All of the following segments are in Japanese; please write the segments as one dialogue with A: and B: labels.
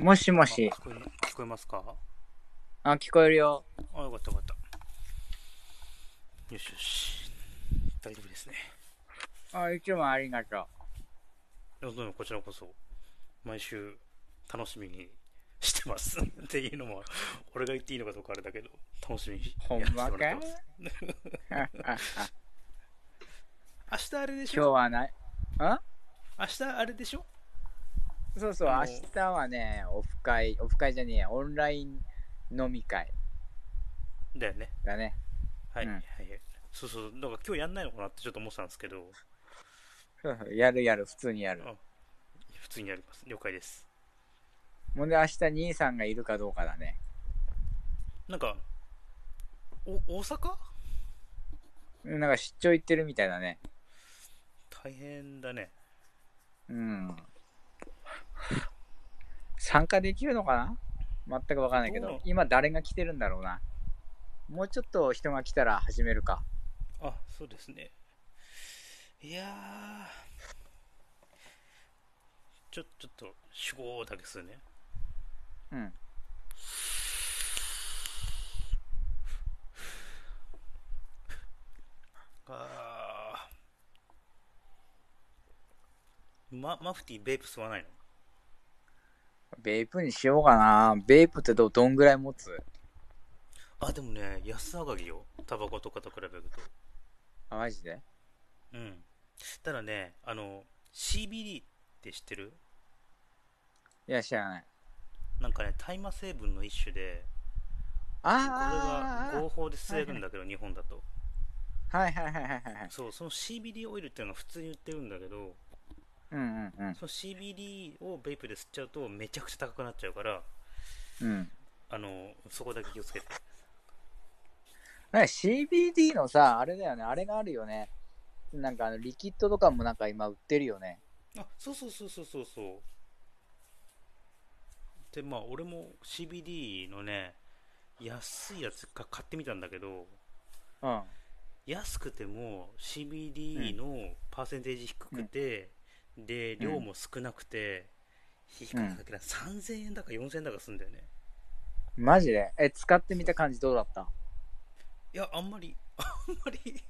A: もしもし
B: あ。聞こえ聞こえますか
A: あ、聞こえるよ。
B: あ、よかったよかった。よしよし。大丈夫ですね。
A: あ、いつもありがと
B: いやどうもこちらこそ、毎週楽しみにしてます っていうのも、俺が言っていいのかどうかあれだけど、楽しみに
A: ほん
B: やらせて
A: ま
B: も
A: からい
B: ってます。
A: う。 今
B: 明日あれでし
A: 日
B: ょ
A: はない。
B: 明日あれでしょ
A: そうそう、
B: あ
A: 明
B: の
A: 日はね、オフ会、オフ会じゃねえや、オンライン飲み会
B: だよね。
A: だね。
B: はい、
A: うん
B: はいはい。そうそう、なんか今日やんないのかなってちょっと思ってたんですけど、
A: そうそうやるやる、普通にやる。
B: あ普通にやります。了解です。
A: ほんで、明日兄さんがいるかどうかだね。
B: なんか、お大阪
A: うんなんか出張行ってるみたいだね。
B: 大変だね。
A: うん。参加できるのかな全くわかんないけ
B: どうな
A: ど
B: の、
A: 今誰が来てるんだろうな。もうちょっと人が来たら始めるか。
B: あ、そうですね。いやー、ちょ、ちょっと、主語だけするね。
A: うん。
B: あーま、マフティーベープ吸わないの
A: ベープにしようかな。ベープってどどんぐらい持つ
B: あ、でもね、安上がりよ。タバコとかと比べると。
A: あ、マジで
B: うん。ただね、あの、CBD って知ってる
A: いや、知らない。
B: なんかね、大麻成分の一種で、これ
A: あ
B: は合法で吸えるんだけど、日本だと。
A: あはいはいはいはいはいはい。
B: そう、その CBD オイルっていうのが普通に売ってるんだけど、
A: うんうん
B: その CBD をベイプで吸っちゃうとめちゃくちゃ高くなっちゃうから、
A: うん。うん。
B: あの、そこだけ気をつけて。
A: なんか CBD のさ、あれだよね。あれがあるよね。なんかあの、リキッドとかもなんか今売ってるよね。
B: あ、そうそうそうそうそうそう。で、まあ、俺も CBD のね、安いやつか買ってみたんだけど、
A: うん。
B: 安くても CBD のパーセンテージ低くて、で、量も少なくて、いくらだっけな、3000円だか4000円だかすんだよね。
A: マジでえ、使ってみた感じどうだった
B: いや、あんまり、 あんまり、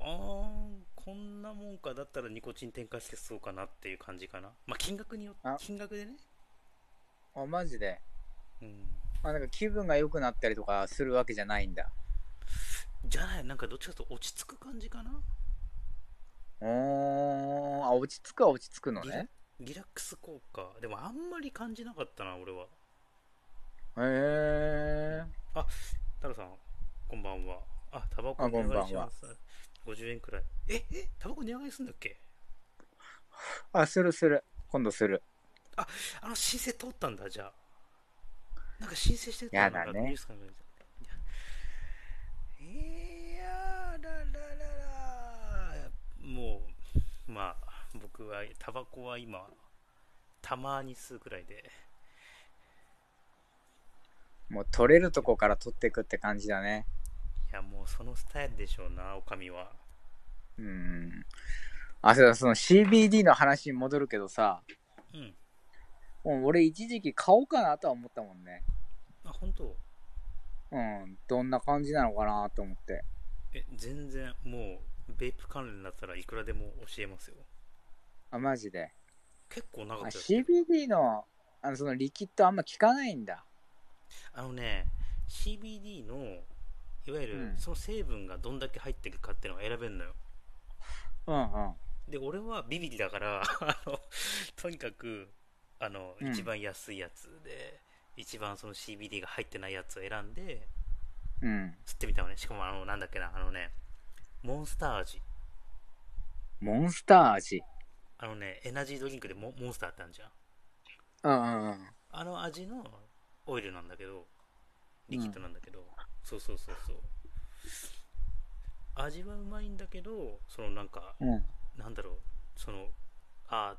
B: あーこんなもんか、だったらニコチン展開してそうかなっていう感じかな。まあ、金額によ
A: あ
B: 金額でね。
A: あ、マジで。
B: うん。
A: あ、なんか気分が良くなったりとかするわけじゃないんだ。
B: じゃない、なんかどっちかというと落ち着く感じかな。
A: おーん。あ、落ち着くは落ち着くの
B: リラ
A: ね。
B: リラックス効果。でもあんまり感じなかったな、俺は。
A: へえ。
B: 太郎さん、こんばんは。あ、タバコ
A: あ
B: 値
A: こ
B: 上
A: んばん
B: が
A: は
B: りします。50円くらい。え、え、タバコ値上がりするんだっけ
A: あ、するする。今度する。
B: あの申請通ったんだ、じゃあ。なんか申請してた
A: や
B: な
A: だね
B: んかニュースかなんかでいやーららららもう、まあ、僕は、タバコは今、たまに吸うくらいで。
A: もう取れるとこから取っていくって感じだね。
B: いや、もうそのスタイルでしょうな、おかみは。
A: うん。あ、そうだ、その CBD の話に戻るけどさ、
B: うん。
A: もう俺一時期買おうかなとは思ったもんね。
B: あ、本当
A: うん。どんな感じなのかなと思って。
B: え、全然、もう、ベイプ関連だったらいくらでも教えますよ。
A: あ、マジで。
B: 結構長
A: あ
B: かったよ
A: CBD の、あの、そのリキッドあんま効かないんだ。
B: あのね CBD のいわゆる
A: うん
B: その成分がどんだけ入ってるかっていうのが選べるのよ
A: うんうん。
B: で俺はビビリだから あのとにかくあの、
A: うん
B: 一番安いやつで一番その CBD が入ってないやつを選んで
A: うん。
B: 吸ってみたのねしかもあのなんだっけなあのねモンスター味
A: モンスター味。
B: あのねエナジードリンクでモモンスターってあるじゃん
A: うんうんうん。
B: あの味のオイルなんだけど、リキッドなんだけど、そうそうそうそう。味はうまいんだけど、そのなんか、
A: うん。
B: なんだろう、その、あ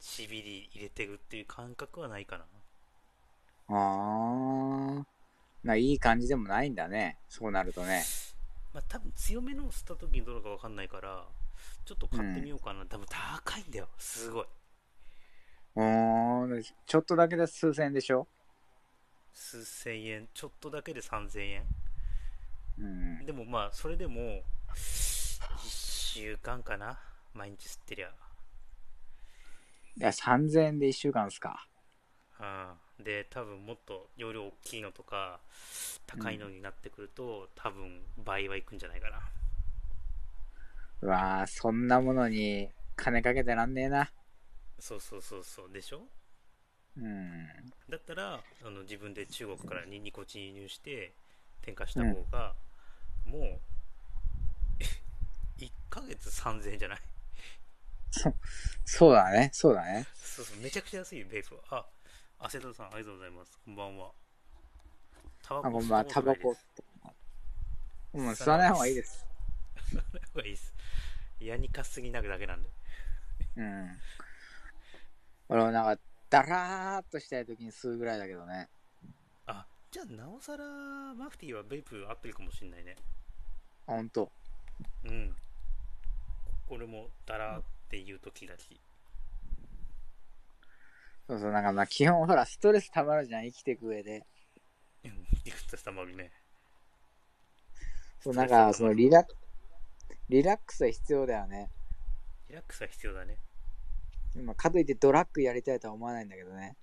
B: ー CBD 入れてるっていう感覚はないかな。
A: ああ。ないい感じでもないんだね。そうなるとね。
B: まあ多分強めのを吸った時にどうなるかわかんないから、ちょっと買ってみようかな。多分高いんだよ、すごい。
A: うーん。うんちょっとだけで数千円でしょ
B: 数千円ちょっとだけで3000円
A: うん。
B: でもまあそれでも1週間かな毎日吸ってりゃ
A: いや、3000円で1週間っすか。
B: うん、で多分もっと容量大きいのとか高いのになってくると、多分倍はいくんじゃないかな
A: うわぁ、そんなものに金かけてらんねえな。
B: そうそうそうそうでしょ
A: うん。
B: だったらあの自分で中国からにニコチン輸入して転化した方が、もう 1ヶ月3000円じゃない
A: そうだね、そうだね。
B: そうそうめちゃくちゃ安いよベイプはあアセトさんありがとうございますこんばんはタバ
A: あ、
B: コ
A: ごめんまあ、タバコ
B: 吸。
A: うん、吸わない方がいいです。
B: った 方がいいですヤニカすぎなくだけなんで
A: うん。俺もなんか、だらーっとしたい時に吸うぐらいだけどね。
B: あじゃあなおさらマフティーはベイプ合ってるかもしんないね
A: あ、ほんと。
B: うんこれもダラーっていう時だし
A: そうそう、なんかまあ、基本ほら、ストレス溜まるじゃん、生きていく上で。
B: うんいくつしたまるね
A: そう、なんか、
B: ス
A: そ
B: ト
A: の
B: レス溜まる
A: リラック、リラックスは必要だよね。
B: リラックスは必要だね
A: まあかといってドラッグやりたいとは思わないんだけどね。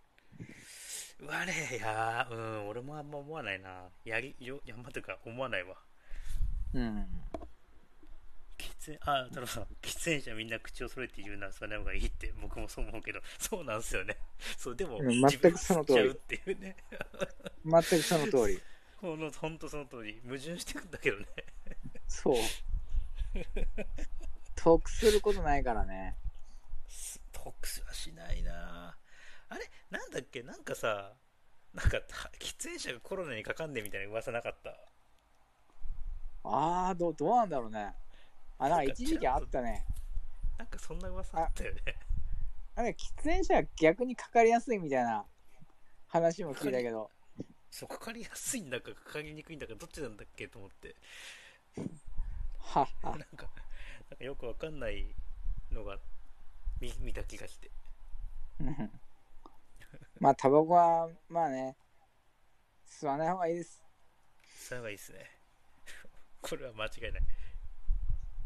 B: 我やうん俺もあんま思わないなやりよやんまというか思わないわ
A: うん。
B: 喫煙あ太郎さん喫煙者みんな口を揃えて言うならそれの方がいいって僕もそう思うけどそうなんすよねそうでも
A: うん全くその通り
B: 自分で吸っちゃうっていうね
A: 全くその通り。
B: ほんのほんとその通り矛盾してくんだけどね
A: そう。 得することないからね。
B: す得すはしないなあれなんだっけなんかさなんかた喫煙者がコロナにかかんでみたいな噂なかった
A: ああ、どう、どうなんだろうね。あ、なんか一時期あったね。
B: なんかそんな噂あったよね
A: なんか喫煙者は逆にかかりやすいみたいな話も聞いたけど。
B: そうかかりやすいんだかかかりにくいんだかどっちなんだっけと思って
A: はっ
B: なん
A: は。
B: かなんかよくわかんないのが見見た気がして
A: うんまあ、タバコは、まあね、吸わない方がいいです。
B: それはいいですね これは間違いない